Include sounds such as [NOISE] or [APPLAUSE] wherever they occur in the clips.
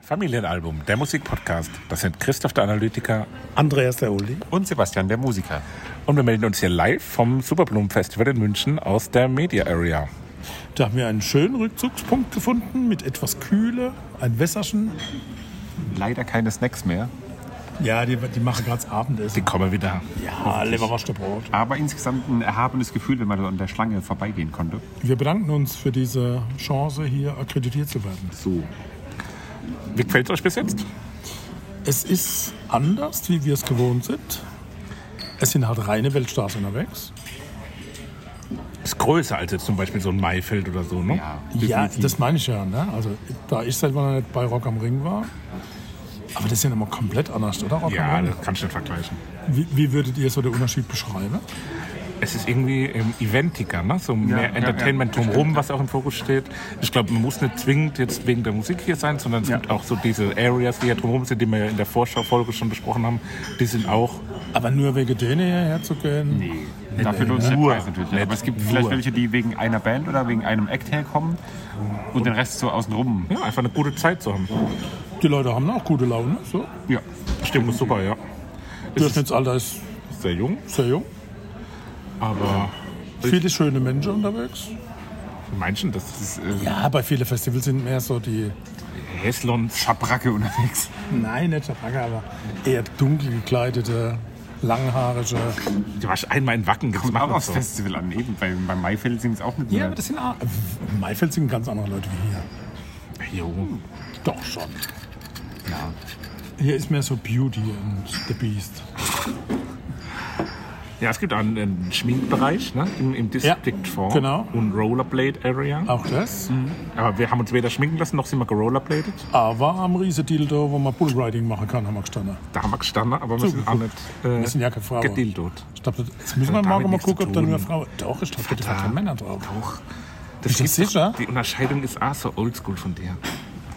Familienalbum, der Musikpodcast. Das sind Christoph der Analytiker Andreas der Uli. Und Sebastian der Musiker. und wir melden uns hier live vom Superblumenfestival in München aus der Media Area. Da haben wir einen schönen Rückzugspunkt gefunden mit etwas Kühle, ein Wässerchen. Leider keine Snacks mehr. Ja, die, die machen gerade Die Abendessen. kommen wieder. Ja, Leberwurstbrot. Aber insgesamt ein erhabenes Gefühl, wenn man an der Schlange vorbeigehen konnte. Wir bedanken uns für diese Chance, hier akkreditiert zu werden. So. Wie gefällt euch bis jetzt? Es ist anders, wie wir es gewohnt sind. Es sind halt reine Weltstars unterwegs. Ist größer als jetzt zum Beispiel so ein Maifeld oder so, ne? Ja, Ja, definitiv. das meine ich ja. Ne? Also, da ich selber noch nicht bei Rock am Ring war. Aber das ist ja immer komplett anders, oder? Rock Ja, am Ring. das kannst du nicht vergleichen. Wie, wie würdet ihr so den Unterschied beschreiben? Es ist irgendwie ähm, eventiger, ne? so mehr ja, Entertainment drumherum, was auch im Fokus steht. Ich glaube, man muss nicht zwingend jetzt wegen der Musik hier sein, sondern es gibt auch so diese Areas, die hier drumherum sind, die wir ja in der Vorschau-Folge schon besprochen haben. Die sind auch Aber nur wegen denen hierher zu gehen? Nee. Äh, Dafür lohnt sich der Preis natürlich. nicht. Aber es gibt vielleicht welche, die wegen einer Band oder wegen einem Act herkommen und den Rest so außenrum. ja, einfach eine gute Zeit zu haben. Die Leute haben auch gute Laune. So. Ja. Stimmung ist super, ja. Es ist Durchschnittsalter ist sehr jung, sehr jung. aber Viele schöne Menschen unterwegs. manchen, das ist äh, Ja, bei vielen Festivals sind mehr so die. Häslon, Schabracke unterwegs. Nein, nicht Schabracke, aber eher dunkel gekleidete, langhaarige. du warst einmal in Wacken, das Kommt macht auch man aufs so. Festival an. Eben beim, beim Maifeld sind es auch nicht mehr. das sind auch. In Maifeld sind ganz andere Leute wie hier. Jo. Doch schon. Hier ist mehr so Beauty und The Beast. Ja, es gibt auch einen, einen Schminkbereich ne? im, im District 4 genau. und Rollerblade Area. Ah. Auch das. Aber wir haben uns weder schminken lassen, noch sind wir gerollerbladet. Aber am Riese-Dildo, wo man Bullriding machen kann, haben wir gestanden. Da haben wir gestanden, aber wir sind auch nicht äh, Wir sind ja keine Frauen. gedildot. Ich glaube, das- jetzt müssen wir Hat damit morgen mal nichts zu gucken, ob da nur tun. Frauen. Doch, ich glaube, da sind keine Männer drauf. Doch. Bist du gibt's doch. sicher? Die Unterscheidung ist auch so oldschool von dir.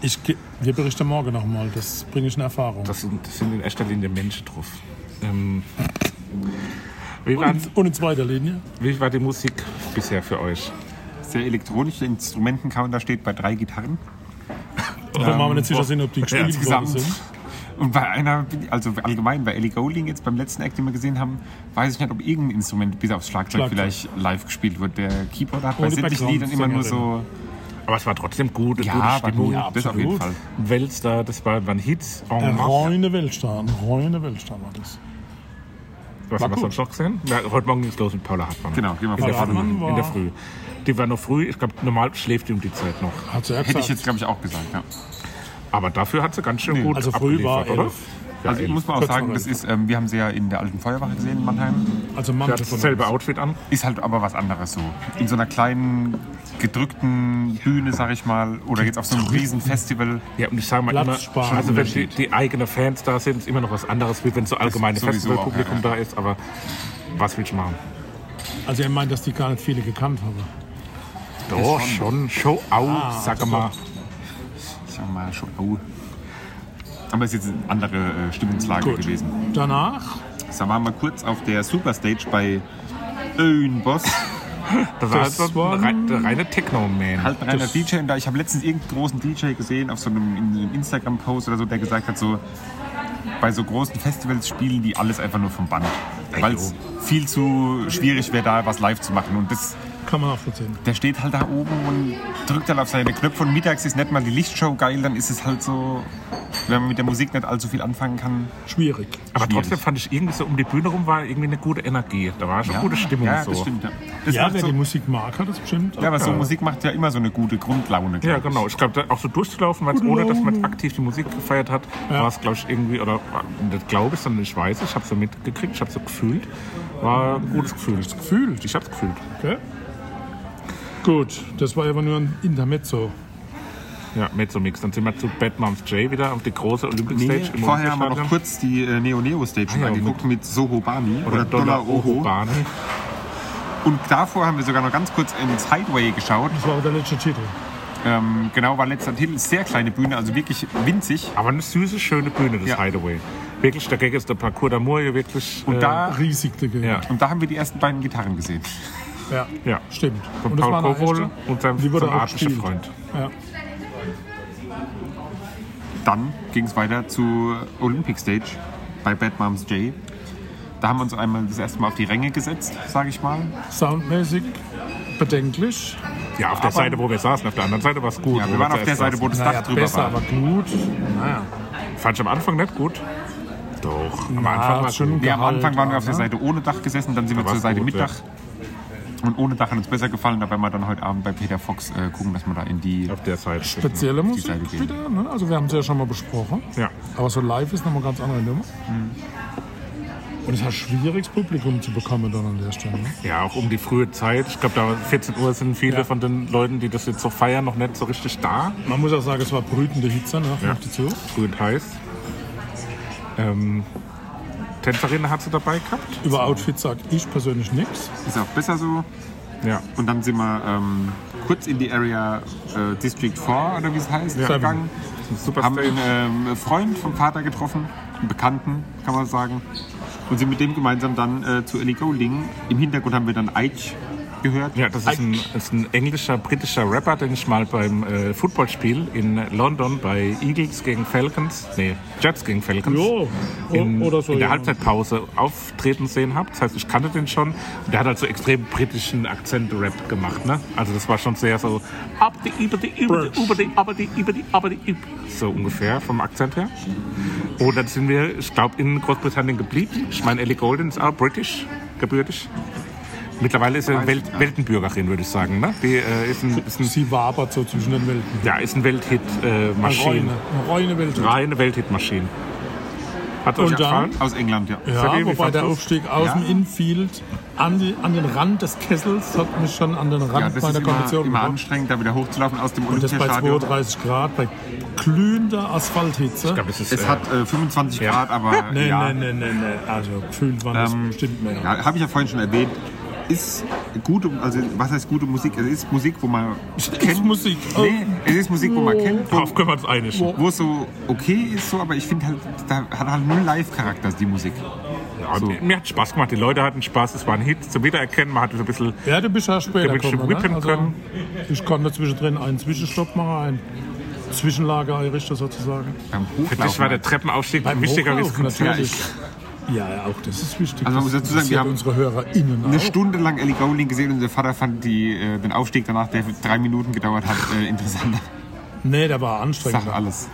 Ich, ge- wir berichten morgen nochmal, das bringe ich in Erfahrung. Das sind, das sind in erster Linie Menschen drauf. Ähm, wie, war, Und in zweiter Linie? wie war die Musik bisher für euch? Sehr elektronische Instrumentencounter steht bei drei Gitarren. Da machen wir nicht sicher sind, ob die Ja, gespielt worden insgesamt. sind. Und bei einer, also allgemein bei Ellie Goulding jetzt beim letzten Act, den wir gesehen haben, weiß ich nicht, ob irgendein Instrument bis aufs Schlagzeug, Schlagzeug. vielleicht live gespielt wird. Der Keyboarder hat bei Ohne sämtlichen Liedern immer nur so, Aber es war trotzdem gut, ja, gute aber Stimmung. ja, das auf jeden absolut. Äh, Fall. Weltstar, das war, waren Hits. en Ein masse. Ähm, reine Weltstar, ein reine Weltstar war das. Was War haben wir gut. sonst noch gesehen? Ja, heute Morgen ging es los mit Paula Hartmann. Genau, gehen in wir der, Paula Früh, Hartmann war- in der Früh. Die war noch früh. Ich glaube, normal schläft die um die Zeit noch. Hat sie ja Hätte gesagt. ich jetzt, glaube ich, auch gesagt, ja. Aber dafür hat sie ganz schön gut Also früh war abgeliefert, oder? elf. Ja, Also elf. muss man auch Kurz sagen, noch das elf. ist, ähm, wir haben sie ja in der alten Feuerwache gesehen in Mannheim. also Mann, Sie hat dasselbe Outfit an. Ist halt aber was anderes so. In so einer kleinen, gedrückten Bühne, sag ich mal, oder jetzt auf so einem riesen Festival. Ja, und ich sage mal immer, Platz sparen. also wenn die, die eigenen Fans da sind, ist immer noch was anderes, wie wenn so allgemeine sowieso auch, Festivalpublikum ja, da ist. Aber was willst du machen? Also er meint, dass die gar nicht viele gekannt haben. Doch, schon. Show au, Ah, sag mal. Ich sag mal, schon, oh. Aber es ist jetzt eine andere äh, Stimmungslage Gut. gewesen. Danach, Da waren wir kurz auf der Superstage bei Önboss. Das, war halt Das so war- ein rei- der reine Techno-Man. Halt ein reiner DJ. Und da, ich habe letztens irgendeinen großen DJ gesehen auf so einem, in einem Instagram-Post oder so, der gesagt hat, so bei so großen Festivals spielen die alles einfach nur vom Band. Weil es viel zu schwierig wäre, da was live zu machen. Und das, kann man nachvollziehen. der steht halt da oben und drückt dann auf seine Knöpfe. Und mittags ist nicht mal die Lichtshow geil, dann ist es halt so, wenn man mit der Musik nicht allzu viel anfangen kann. Schwierig. Aber Schwierig. trotzdem fand ich irgendwie so um die Bühne rum war irgendwie eine gute Energie. Da war schon gute Stimmung Ja, so. das stimmt. Ja, das Ja, macht wer so, die Musik mag, hat das bestimmt. ja aber so Musik macht ja immer so eine gute Grundlaune. glaub Äh. Ja, ich. genau. Ich glaube, auch so durchzulaufen, weil es ohne, dass man aktiv die Musik gefeiert hat, war es, glaube ich, irgendwie, oder das glaube ich, sondern ich weiß, es, ich habe so mitgekriegt, ich habe so gefühlt. War ein gutes Gefühl. Gefühlt. Ich habe es gefühlt. Okay. Gut, das war aber nur ein Intermezzo. Ja, Mezzomix. Dann sind wir zu Batman's J wieder auf die große Olympic Stage im Vorher haben wir noch Olympiastadion. kurz die äh, Neo Neo Stage Ah ja, angeguckt mit Soho Bani oder, oder Dollar Dollar Oho. Obani. Und davor haben wir sogar noch ganz kurz in Sideway geschaut. Das war der letzte Titel. Ähm, genau, war letzter Titel. Sehr kleine Bühne, also wirklich winzig. Aber eine süße, schöne Bühne, das Ja. Hideaway. Wirklich, dagegen ist der Parcours d'Amour hier wirklich. äh, Und da, Riesig, Digga. Ja. und da haben wir die ersten beiden Gitarren gesehen. ja. Ja. Stimmt. Von das Paul war der Kowol erste. und seinem, Die wurde seinem auch artischen gespielt. Freund. Ja. dann ging es weiter zu Olympic Stage bei Bad Moms J. Da haben wir uns einmal das erste Mal auf die Ränge gesetzt, sage ich mal. Soundmäßig bedenklich. Ja, auf der Seite, wo wir saßen, auf der anderen Seite war es gut. Ja, wo wir waren auf zuerst der Seite, wo das Dach Naja, drüber besser, war. aber gut. Naja. saßen. Fand ich am Anfang nicht gut. Doch, am Na, Anfang war es schon gut. Nee, am Gehalt Anfang waren wir war, auf der ne? Seite ohne Dach gesessen, dann sind wir Da zur war's Seite gut, mit ja. Dach. Und ohne Dach hat uns besser gefallen, da werden wir dann heute Abend bei Peter Fox äh, gucken, dass wir da in die. Auf der Seite. Spezielle die Musik Seite gehen. wieder, ne? also wir haben es ja schon mal besprochen. ne? Ja. Aber so live ist nochmal ganz andere Nummer. Mhm. Und es ist halt schwierig, das Publikum zu bekommen dann an der Stelle. Ne? Ja, auch um die frühe Zeit. Ich glaube, da 14 Uhr sind viele von den Leuten, die das jetzt so feiern, noch nicht so richtig da. Man muss auch sagen, es war brütende Hitze, ne? Ja. ja. dazu. Früh und heiß. Ähm, Tänzerinnen hat sie dabei gehabt. Über Outfit sage ich persönlich nichts. Ist auch besser so. Ja. Und dann sind wir ähm, kurz in die Area äh, District 4 oder wie es heißt, gegangen. Super Haben einen ähm, Freund vom Vater getroffen, einen Bekannten, kann man sagen. Und sind mit dem gemeinsam dann äh, zu Ellie Goulding. Im Hintergrund haben wir dann Eich gehört. Ja, das ist ein, ist ein englischer, britischer Rapper, den ich mal beim äh, Footballspiel in London bei Eagles gegen Falcons, nee, Jets gegen Falcons, Jo, o- in, oder so, in der ja. Halbzeitpause auftreten sehen habe. Das heißt, ich kannte den schon. Und der hat halt so extrem britischen Akzent-Rap gemacht. Ne? Also das war schon sehr so ab die, über die, über die, über die, aber die, über die, aber die, über so ungefähr vom Akzent her. Und dann sind wir, ich glaube, in Großbritannien geblieben. Ich meine, Ellie Golden ist auch britisch, gebürtig. Mittlerweile ist sie Weiß ich Welt, gar nicht. Weltenbürgerin, würde ich sagen. Ne? Die äh, ist ein, ist ein, Sie wabert so zwischen den Welten. ja, ist ein Eine Reune, Welthit-Maschine. eine reune Welt. Reine Welthit-Maschine. Hat euch Und dann- gefallen? Aus England, ja. Sag ihr, Ja, wie wobei fandst der du's? Aufstieg aus Ja. dem Infield an, die, an den Rand des Kessels hat mich schon an den Ja, Rand das ist meiner immer, Kondition immer gebracht. anstrengend, da wieder hochzulaufen aus dem Und das bei Olympiastadion. 32 Grad, bei glühender Asphalthitze. Ja, das ist, Es äh, hat äh, 25 Grad, aber [LAUGHS] Nee, ja, nee, nee, nee, nee. Also gefühlt waren das Ähm, bestimmt mehr. ja, habe ich ja vorhin schon erwähnt. Ist gute, also was heißt gute Musik? Es ist Musik, wo man kennt. Musik. Oh. Nee, es ist Musik, wo man kennt, wo, Darauf können wir uns einigen. wo es so okay ist, so, aber ich finde halt, da hat halt null Live-Charakter die Musik. Ja, So. Mir hat Spaß gemacht, die Leute hatten Spaß, es war ein Hit zum Wiedererkennen, man hat so ein bisschen Ja, du bist ja später Damit schon gekommen. whippen Ne? Also, können. ich konnte zwischendrin einen Zwischenstopp machen, ein Zwischenlager einrichten sozusagen. Beim Für dich Hochlaufen. war der Treppenaufstieg Beim wichtiger als das Hochlaufen Konzert. Ja, ich, Ja, ja, auch das ist wichtig. Also man muss Das dazu sagen, interessiert wir haben unsere HörerInnen eine auch. Stunde lang Ellie Goulding gesehen und der Vater fand die, äh, den Aufstieg danach, der drei Minuten gedauert hat, [LAUGHS] äh, interessant. Nee, der war anstrengend. Sagt alles.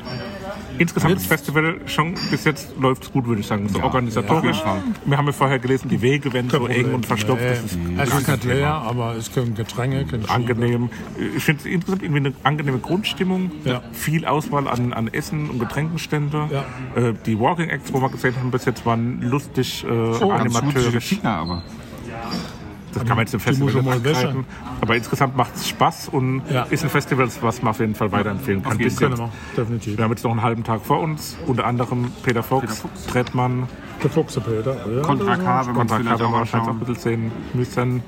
Insgesamt das Festival schon bis jetzt läuft es gut, würde ich sagen. So Ja, organisatorisch. auf jeden Wir haben ja vorher gelesen, die Wege werden so eng und verstopft. Das ist Nee, es ist nicht leer, aber es können Getränke, können angenehm. Ich finde es insgesamt irgendwie eine angenehme Grundstimmung. Ja. Viel Auswahl an, an Essen und Getränkenstände. Ja. Äh, die Walking Acts, wo wir gesehen haben, bis jetzt waren lustig, äh, Ganz mutige animatörisch. Kinder aber. Das kann man jetzt im muss Festival schon nicht mal abgreifen. Aber insgesamt macht es Spaß und Ja. ist ein Festival, was man auf jeden Fall weiterempfehlen kann. Bis Können jetzt. wir, definitiv. Wir haben jetzt noch einen halben Tag vor uns. Unter anderem Peter Fox, Peter Fox. Trettmann, Der Fuchsepeter. Ja, Kontra das K, wenn man es Kontakt vielleicht haben auch wir mal wahrscheinlich auch ein schauen. bisschen sehen müssen.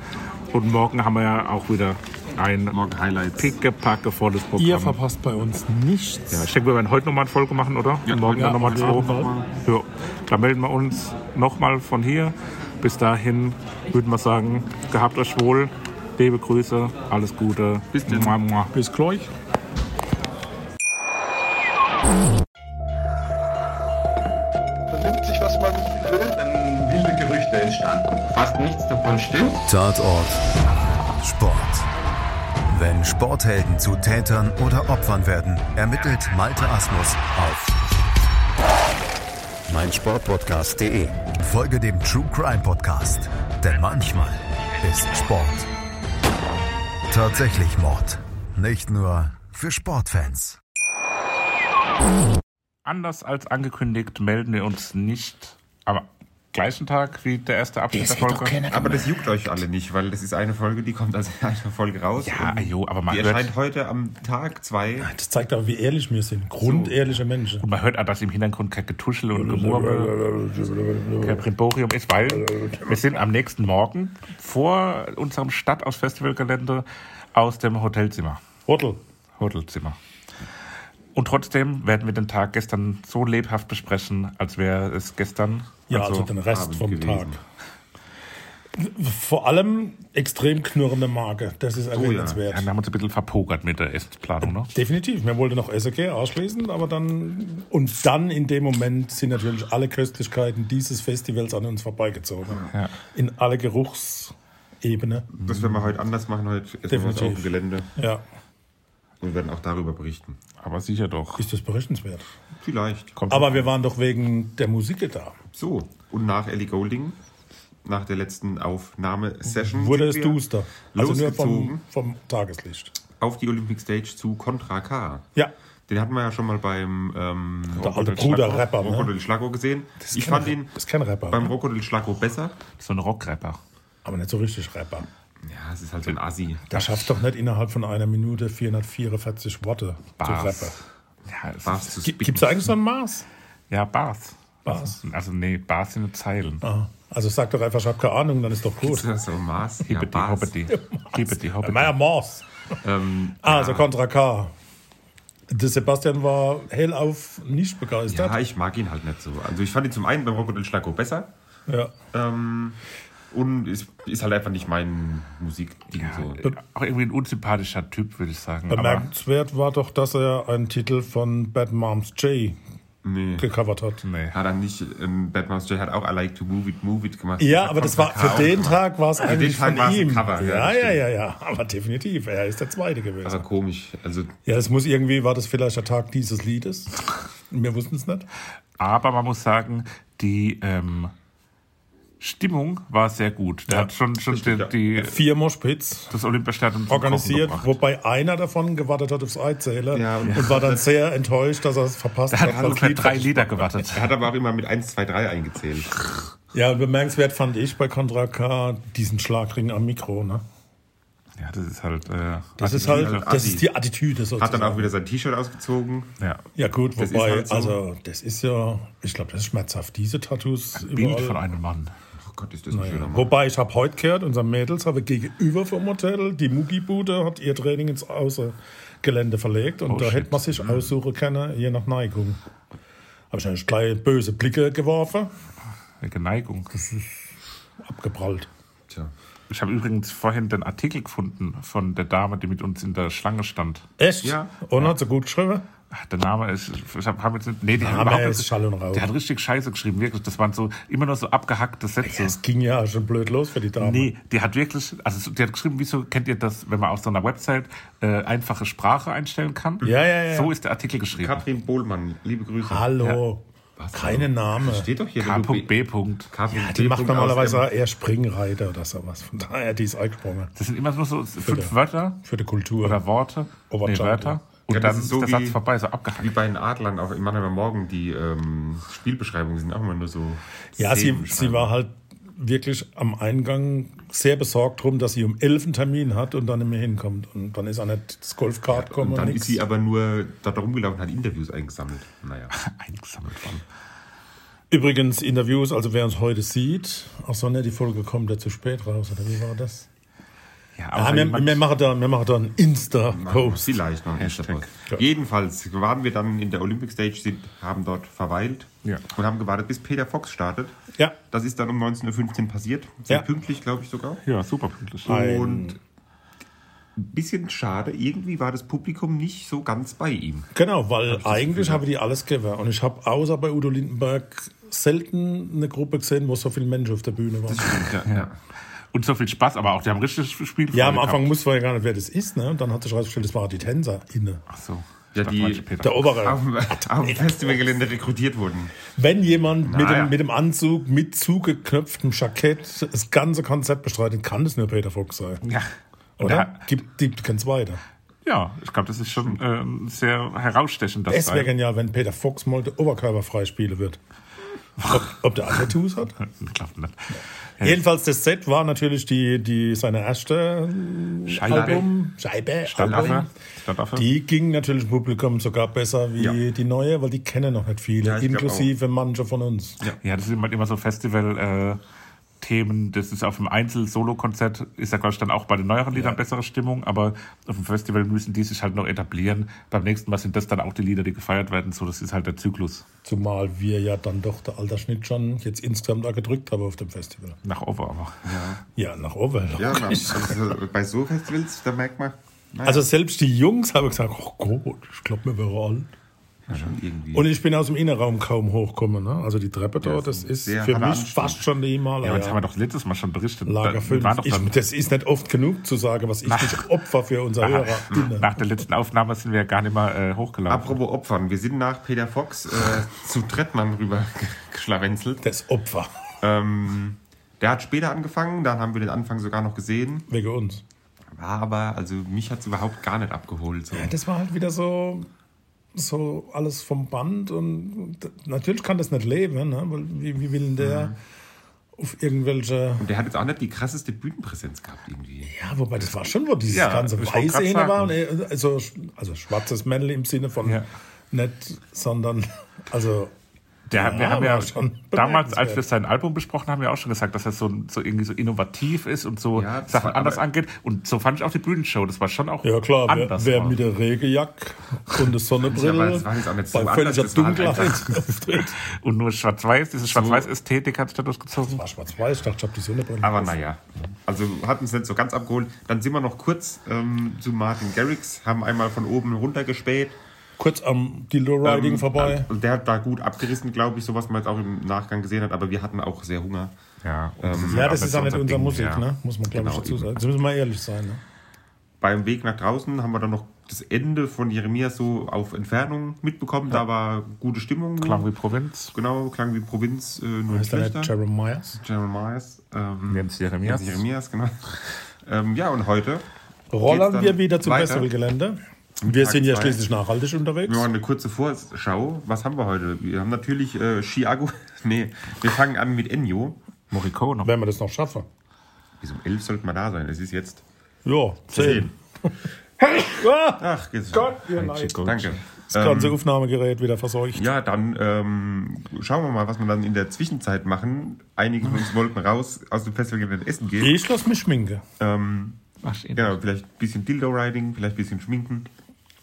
Und morgen haben wir ja auch wieder ein Morgen Highlights. pickepacke volles Programm. Ihr verpasst bei uns nichts. Ich denke, wir werden heute nochmal eine Folge machen, oder? Ja, Und morgen ja, dann nochmal auf zwei. jeden Ja, da melden wir uns nochmal von hier. Bis dahin würden wir sagen, gehabt euch wohl. Liebe Grüße, alles Gute. Bis denn. Mua, mua. Bis gleich. nimmt sich, was man will. dann wilde Gerüchte entstanden. Fast nichts davon stimmt. Tatort Sport. Wenn Sporthelden zu Tätern oder Opfern werden, ermittelt Malte Asmus auf meinsportpodcast.de. Folge dem True Crime Podcast, denn manchmal ist Sport tatsächlich Mord. Nicht nur für Sportfans. Anders als angekündigt melden wir uns nicht am gleichen Tag wie der erste Abschnitt der Folge. Aber das juckt euch alle nicht, weil das ist eine Folge, die [LAUGHS] kommt als eine Folge raus. Ja, Und Ah, jo, aber man Die hört- erscheint heute am Tag zwei. Das zeigt aber, wie ehrlich wir sind. Grundehrliche Menschen. Man hört auch, dass im Hintergrund kein Getuschel und Gemurmel, kein Primborium ist, weil wir sind am nächsten Morgen vor unserem Stadt aus Festivalgelände aus dem Hotelzimmer. Hotel. Hotelzimmer. Und trotzdem werden wir den Tag gestern so lebhaft besprechen, als wäre es gestern. Ja, also, den Rest Abend vom gewesen. Tag. Vor allem extrem knurrende Marke. Das ist erwähnenswert. Ja, da haben wir uns ein bisschen verpokert mit der Essplanung, ne? Definitiv. Man wollte noch SAK ausschließen, aber dann. Und dann in dem Moment sind natürlich alle Köstlichkeiten dieses Festivals an uns vorbeigezogen. Ja. In alle Geruchsebene. Das werden wir heute anders machen. Heute essen wir was Definitiv. auf dem Gelände Ja. und werden auch darüber berichten. Aber sicher doch. Ist das berichtenswert. Vielleicht. Kommt Aber wir waren doch wegen der Musik da. So, und nach Ellie Golding, nach der letzten Aufnahmesession, Mhm. Wurde es sind wir duster. Also nur vom, losgezogen. vom Tageslicht. auf die Olympic Stage zu Contra K. Ja. Den hatten wir ja schon mal beim ähm, Der alte Rocco del Bruder Schlacco- Rapper, ne? Rocco del Schlacco gesehen. ist Ich kein fand ihn Rapper. Ist kein Rapper, beim ne? Rocco del Schlacco besser. so ein Rockrapper. Aber nicht so richtig Rapper. Ja, es ist halt so ein Assi. Da schafft doch nicht innerhalb von einer Minute 444 Worte zu rappen. Bars. Ja, es Bars ist, zu spitten. Gibt es eigentlich so ein Maß? ja, Bars. Bars. Also, nee, Bars sind Zeilen. Ah, Also sag doch einfach, ich habe keine Ahnung, dann ist doch Ist gut. das [LAUGHS] so ein Maß? Ja, Hippity, Bars. hoppity. Hippity, hoppity. Meier Mors. Ähm, Also Contra K. Der Sebastian war hellauf nicht begeistert. ja, ich mag ihn halt nicht so. Also ich fand ihn zum einen beim Rocco del Schlacco besser Ja. ähm, und ist, ist halt einfach nicht mein Musikding Ja, so. äh, auch irgendwie ein unsympathischer Typ, würde ich sagen. Aber Bemerkenswert war doch, dass er einen Titel von Bad Moms J Nee. Hm. gecovert hat. nee. Hat er nicht, ähm, Bad Mouse J hat auch I Like to Move It, Move It gemacht. Ja, Hat aber das war Contra K auch für den gemacht. Tag war es Für den eigentlich Tag war von es ein ihm. Cover, ja, ja, das ja, stimmt. ja, ja, aber definitiv. Er ist der Zweite gewesen. Aber komisch. Also Ja, das muss irgendwie, war das vielleicht der Tag dieses Liedes? Wir wussten es nicht. Aber man muss sagen, die ähm, Stimmung war sehr gut. Der hat schon, schon die, die, Vier Moshpits das Olympiastadion zum organisiert, Kochen gebracht. wobei einer davon gewartet hat aufs Eizähler Ja, und, und- war dann sehr enttäuscht, dass er es verpasst Er hat. hat ungefähr drei Lieder gewartet. er hat aber auch immer mit 1, 2, 3 eingezählt. Ja, bemerkenswert fand ich bei Contra K diesen Schlagring am Mikro. Ne? Ja, das ist halt. Äh, Das ist Attitüde. halt, Assi. das ist die Attitüde sozusagen. Hat dann auch wieder sein T-Shirt ausgezogen. Ja. ja gut, Das ist wobei, halt so. also das ist ja, ich glaube, das ist schmerzhaft, diese Tattoos Bild überall. von einem Mann. Oh Gott, ist das ein schöner Mann. Wobei ich habe heute gehört, unser Mädels habe gegenüber vom Hotel, die Mugibude hat ihr Training ins Außergelände verlegt und Oh, da shit. hätte man sich aussuchen können, je nach Neigung. Habe ich natürlich gleich böse Blicke geworfen, Welche Neigung. abgeprallt. Tja. Ich habe übrigens vorhin den Artikel gefunden von der Dame, die mit uns in der Schlange stand. Echt? Ja. Und hat sie gut geschrieben? Ach, Der Name ist. Ich hab, hab jetzt nicht, nee, die Name hat überhaupt ist nicht- Schall und Rauch. Die hat richtig scheiße geschrieben, wirklich. Das waren so immer nur so abgehackte Sätze. Das ging ja schon blöd los für die Dame. Nee, die hat wirklich, also die hat geschrieben, wieso kennt ihr das, wenn man auf so einer Website äh, einfache Sprache einstellen kann? Ja, ja, ja. So ist der Artikel geschrieben. Katrin Bohlmann, liebe Grüße. Hallo. Keine Namen. Steht doch hier. wenn du B- K.B. Katrin Ja, die macht B. aus normalerweise dem- eher Springreiter oder sowas. Von daher, die ist eingesprungen. Das sind immer nur so fünf Wörter Für die Kultur. oder Worte. Over Nee, Jungle. Wörter. Und Ja, das dann ist ist so der Satz wie- vorbei, so Wie abgehackt. bei den Adlern auch in Mannheimer Morgen, die ähm, Spielbeschreibungen sind auch immer nur so. Ja, sie, sie Szenenbeschreibungen. war halt wirklich am Eingang sehr besorgt drum, dass sie um elf einen Termin hat und dann nicht mehr hinkommt. Und dann ist auch nicht das Golfkart gekommen Und dann und ist nix. sie aber nur dort rumgelaufen und hat Interviews eingesammelt. Naja. Eingesammelt worden. Übrigens Interviews, also wer uns heute sieht, ach so, ne, die Folge kommt ja zu spät raus, oder wie war das? Ja, Ah, aber wir, jemand- wir machen da, wir machen da einen Insta-Post. Vielleicht noch ein Hashtag. Jedenfalls waren wir dann in der Olympic Stage, sind, haben dort verweilt Ja. und haben gewartet, bis Peter Fox startet. Ja. Das ist dann um 19.15 Uhr passiert. Sehr Ja. pünktlich, glaube ich sogar. ja, super pünktlich. Ah, Und ein bisschen schade, irgendwie war das Publikum nicht so ganz bei ihm. Genau, weil eigentlich habe ich die alles gehört. Und ich habe außer bei Udo Lindenberg selten eine Gruppe gesehen, wo so viele Menschen auf der Bühne waren. Ja, ja. Und so viel Spaß, aber auch die haben richtig gespielt. Ja, am Anfang musste man ja gar nicht, wer das ist, ne? Und dann hat sich herausgestellt, das waren die Tänzer inne. Ach so. Ich Ja, dachte, die- manche Peter. Der obere. Auf, [LAUGHS] dem- auf dem Festivalgelände rekrutiert wurden. Wenn jemand mit, Naja. dem, mit dem Anzug, mit zugeknöpftem Jackett das ganze Konzept bestreitet, kann das nur Peter Fox sein. Ja. Und Oder? der- Gibt, gibt ganz weiter. Ja, ich glaube, das ist schon ähm, sehr herausstechend. Das Es wäre Teil. genial, wenn Peter Fox mal der Oberkörper freispielen wird. Ob, ob der andere Tattoos [LAUGHS] hat? Äh, Ich glaub nicht. Jedenfalls, das Set war natürlich die, die, seine erste Scheibe. Album, Scheibe, Album. Stadtaffe. Stadtaffe. Die ging natürlich dem Publikum sogar besser wie Ja. die neue, weil die kennen noch nicht viele, Ja, ich glaub inklusive manche von uns. Ja, das sind halt immer so Festival-Themen, Themen. Das ist auf dem Einzel-Solo-Konzert, ist ja, glaube ich, dann auch bei den neueren Liedern bessere Stimmung, aber auf dem Festival müssen die sich halt noch etablieren. Beim nächsten Mal sind das dann auch die Lieder, die gefeiert werden. So, das ist halt der Zyklus Zumal wir ja dann doch der Altersschnitt schon jetzt insgesamt auch gedrückt haben auf dem Festival. nach oben. Aber. Ja, nach Orwell. [LAUGHS] Ja, na, also bei so Festivals, da merkt man, Also selbst die Jungs haben gesagt, oh Gott, ich glaube, wir wären alt. ja, schon irgendwie. Und ich bin aus dem Innenraum kaum hochgekommen. Ne? Also die Treppe dort, das ist sehr für harter mich Anstieg. fast schon die Himalaya. Ja, aber das haben wir doch letztes Mal schon berichtet. Lager Da- 5. wir waren doch Ich, dann- das ist nicht oft genug zu sagen, was ich nicht Opfer für unser Aha. [LAUGHS] Hörer Nach der letzten Aufnahme sind wir ja gar nicht mehr äh, hochgeladen. Apropos Opfern, wir sind nach Peter Fox äh, zu Trettmann rüber [LAUGHS] geschlawenzelt. Das Opfer. [LAUGHS] Ähm, der hat später angefangen, dann haben wir den Anfang sogar noch gesehen. Wegen uns. War aber, also mich hat es überhaupt gar nicht abgeholt. So. Das war halt wieder so, so alles vom Band und d- natürlich kann das nicht leben, ne? weil wie, wie will denn der Mhm. auf irgendwelche. Und der hat jetzt auch nicht die krasseste Bühnenpräsenz gehabt irgendwie. Ja, Ah, wobei das war schon, wo dieses Ja, ganze ich wollt Weiße grad hin war. sagen. und, äh, Also, sch- also schwarzes Männle im Sinne von Ja. nicht, sondern also Der, Ja, wir haben war ja schon damals, als Ah, [LAUGHS] bemerkenswert. wir sein Album besprochen haben, haben, wir auch schon gesagt, dass er so, so irgendwie so innovativ ist und so Ja, das Sachen war- anders aber- angeht. Und so fand ich auch die Bühnenshow. Das war schon auch Ja klar, wer, anders. wer mal. mit der Regenjacke und der Ja, aber Sonnenbrille das war jetzt auch nicht so bei anders, völliger das war halt Dunkelheit einfach- auftritt. und nur schwarz-weiß, diese schwarz-weiß-Ästhetik hat sich da durchgezogen. War schwarz-weiß, ich dachte, ich habe die Sonnenbrille. Aber naja, also hat uns nicht so ganz abgeholt. Dann sind wir noch kurz ähm, zu Martin Garrix, haben einmal von oben runter gespäht. Kurz am Dildo Riding Ähm, vorbei. Und der hat da gut abgerissen, glaube ich, so was man jetzt auch im Nachgang gesehen hat. Aber wir hatten auch sehr Hunger. Ja, und Ja, Ähm, halt das auch ist ja nicht unsere Ding, Musik, ja. ne? muss man glaube ich Genau, dazu eben. sagen. Jetzt müssen wir ehrlich sein. Ne? Beim Weg nach draußen haben wir dann noch das Ende von Jeremias so auf Entfernung mitbekommen. Da war gute Stimmung. Klang wie Provinz. Genau, klang wie Provinz, äh, nur Heißt der nicht schlechter. Jeremias? Jeremias. Ähm, Jens Jeremias. [LAUGHS] Jeremias, genau. Ähm, ja, und heute Rollern dann wir wieder zum weiter. Festivalgelände. Wir Tag sind ja zwei. schließlich nachhaltig unterwegs. Wir machen eine kurze Vorschau. Was haben wir heute? Wir haben natürlich äh, Chiago. [LAUGHS] nee, wir fangen an mit Ennio. Morricone. Wenn wir das noch schaffen. Wieso um 11 sollten wir da sein? Es ist jetzt Ja, zehn. zehn. Ah, Ach, geht's Gott, ihr Leid. Chico. Danke. Das ganze Aufnahmegerät wieder verseucht. Ja, dann ähm, schauen wir mal, was wir dann in der Zwischenzeit machen. Einige von [LAUGHS] uns wollten raus aus dem Festival essen gehen. Ich lass mich schminken. Ähm, Mach ihn. genau, vielleicht ein bisschen Dildo-Riding, vielleicht ein bisschen Schminken,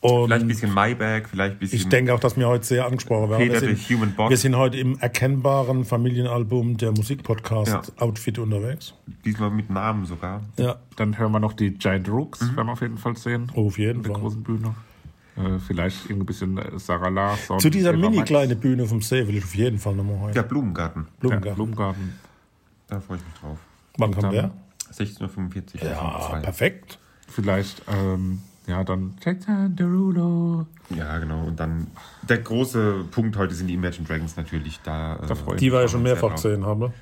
Und vielleicht ein bisschen Maybach, vielleicht ein bisschen... Ich denke auch, dass wir heute sehr angesprochen werden. Peter, Wir the Human sind, Box. wir sind heute im erkennbaren Familienalbum der Musikpodcast-Outfit unterwegs. diesmal mit Namen sogar. Ja, Dann hören wir noch die Giant Rooks, Mhm. werden wir auf jeden Fall sehen. auf jeden Auf der Fall. großen Bühne. Äh, vielleicht irgendwie ein bisschen äh, Sarah Larsson. Zu dieser Eva mini Max. kleine Bühne vom See will ich auf jeden Fall nochmal heute. Der Blumengarten, Ja, Blumengarten. Blumengarten. da freue ich mich drauf. Wann kommt der? 16.45 Uhr. Ja, perfekt. Vielleicht, ähm, ja, dann Jack Derulo. Ja, genau. Und dann der große Punkt heute sind die Imagine Dragons natürlich. Da, äh, freue ich Die wir ja wir schon mehrfach gesehen haben.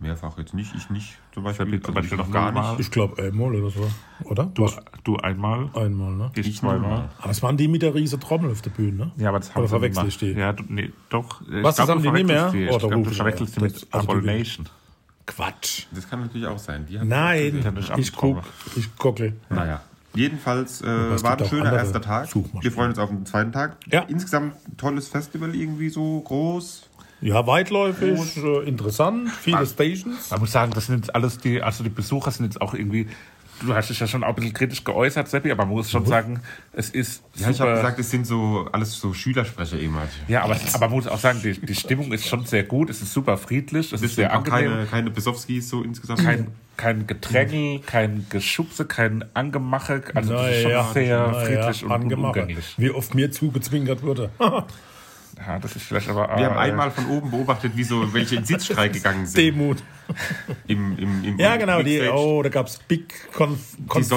Mehrfach jetzt nicht, ich nicht zum Beispiel. Also Fabi zum Beispiel ich noch gar nicht. Ich glaube einmal oder so. Oder? Du hast Du einmal, einmal, ne? ich zweimal. Aber es waren die mit der riesen Trommel auf der Bühne, ne? Ja, aber das haben Oder sie verwechsel gemacht. ich die? Ja, du, nee, doch. Ich Was, das glaub, haben du die nicht mehr? verwechselst Die. Oh, ich da glaub, rufe du ich verwechselst die aber. mit Das- also die Abomination. Quatsch. Das kann natürlich auch sein. Die haben- Nein, nicht ich guck, ich gucke. Naja. Jedenfalls äh, es war gibt ein auch schöner andere erster Tag. Suchmaschinen. Wir freuen uns auf den zweiten Tag. Ja. Insgesamt ein tolles Festival irgendwie so groß. Ja, weitläufig, äh, interessant, viele Stations. Man muss sagen, das sind jetzt alles die, also die Besucher sind jetzt auch irgendwie, du hast dich ja schon auch ein bisschen kritisch geäußert, Seppi, aber man muss schon sagen, es ist Ja, ich habe super- gesagt, es sind so alles so Schülersprecher ehemalig. ja, aber, es- aber man muss auch sagen, die, die Stimmung ist schon sehr gut, es ist super friedlich, es ist sehr auch angenehm. keine, keine Besowskis so insgesamt. kein, kein Gedrängel, kein Geschubse, kein Angemache. Also das ist schon Naja, sehr naja, friedlich und angemacht. umgänglich. Wie oft mir zugezwinkert wurde. [LAUGHS] Ja, das ist vielleicht aber äh, Wir haben Ah, einmal von oben beobachtet, wie so welche in [LAUGHS] Sitzstreik gegangen sind. Demut. Im, im, im Ja, genau. Die, Backstage. oh, da gab es Big Konf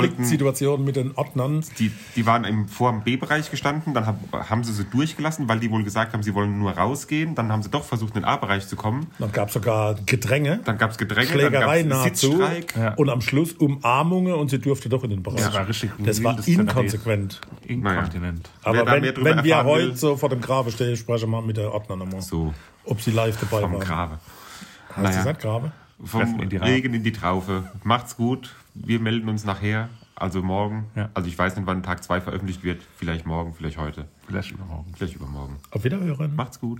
Konfliktsituationen mit den Ordnern. Die, die waren im, vor dem B-Bereich gestanden, dann hab, haben sie sie durchgelassen, weil die wohl gesagt haben, sie wollen nur rausgehen. Dann haben sie doch versucht, in den A-Bereich zu kommen. Dann gab es sogar Gedränge, Dann gab es Gedränge, Schlägereien dann gab's nahezu. Sitzstreik. Und am Schluss Umarmungen und sie durfte doch in den Bereich. Das war richtig ein Das war wildes Szenario. inkonsequent. inkontinent. Aber da wenn, mehr drüber wenn wir erfahren heute will- so vor dem Grabe stehen, sprechen wir mal mit der Ordner nochmal. So, Ob sie live dabei vom waren. Grabe. Heißt das nicht Grabe? Vom Treffen in die Ra- Regen in die Traufe. Macht's gut. Wir melden uns nachher, also morgen. Ja. Also ich weiß nicht, wann Tag 2 veröffentlicht wird. Vielleicht morgen, vielleicht heute, Vielleicht übermorgen. vielleicht übermorgen. Auf Wiederhören. Macht's gut.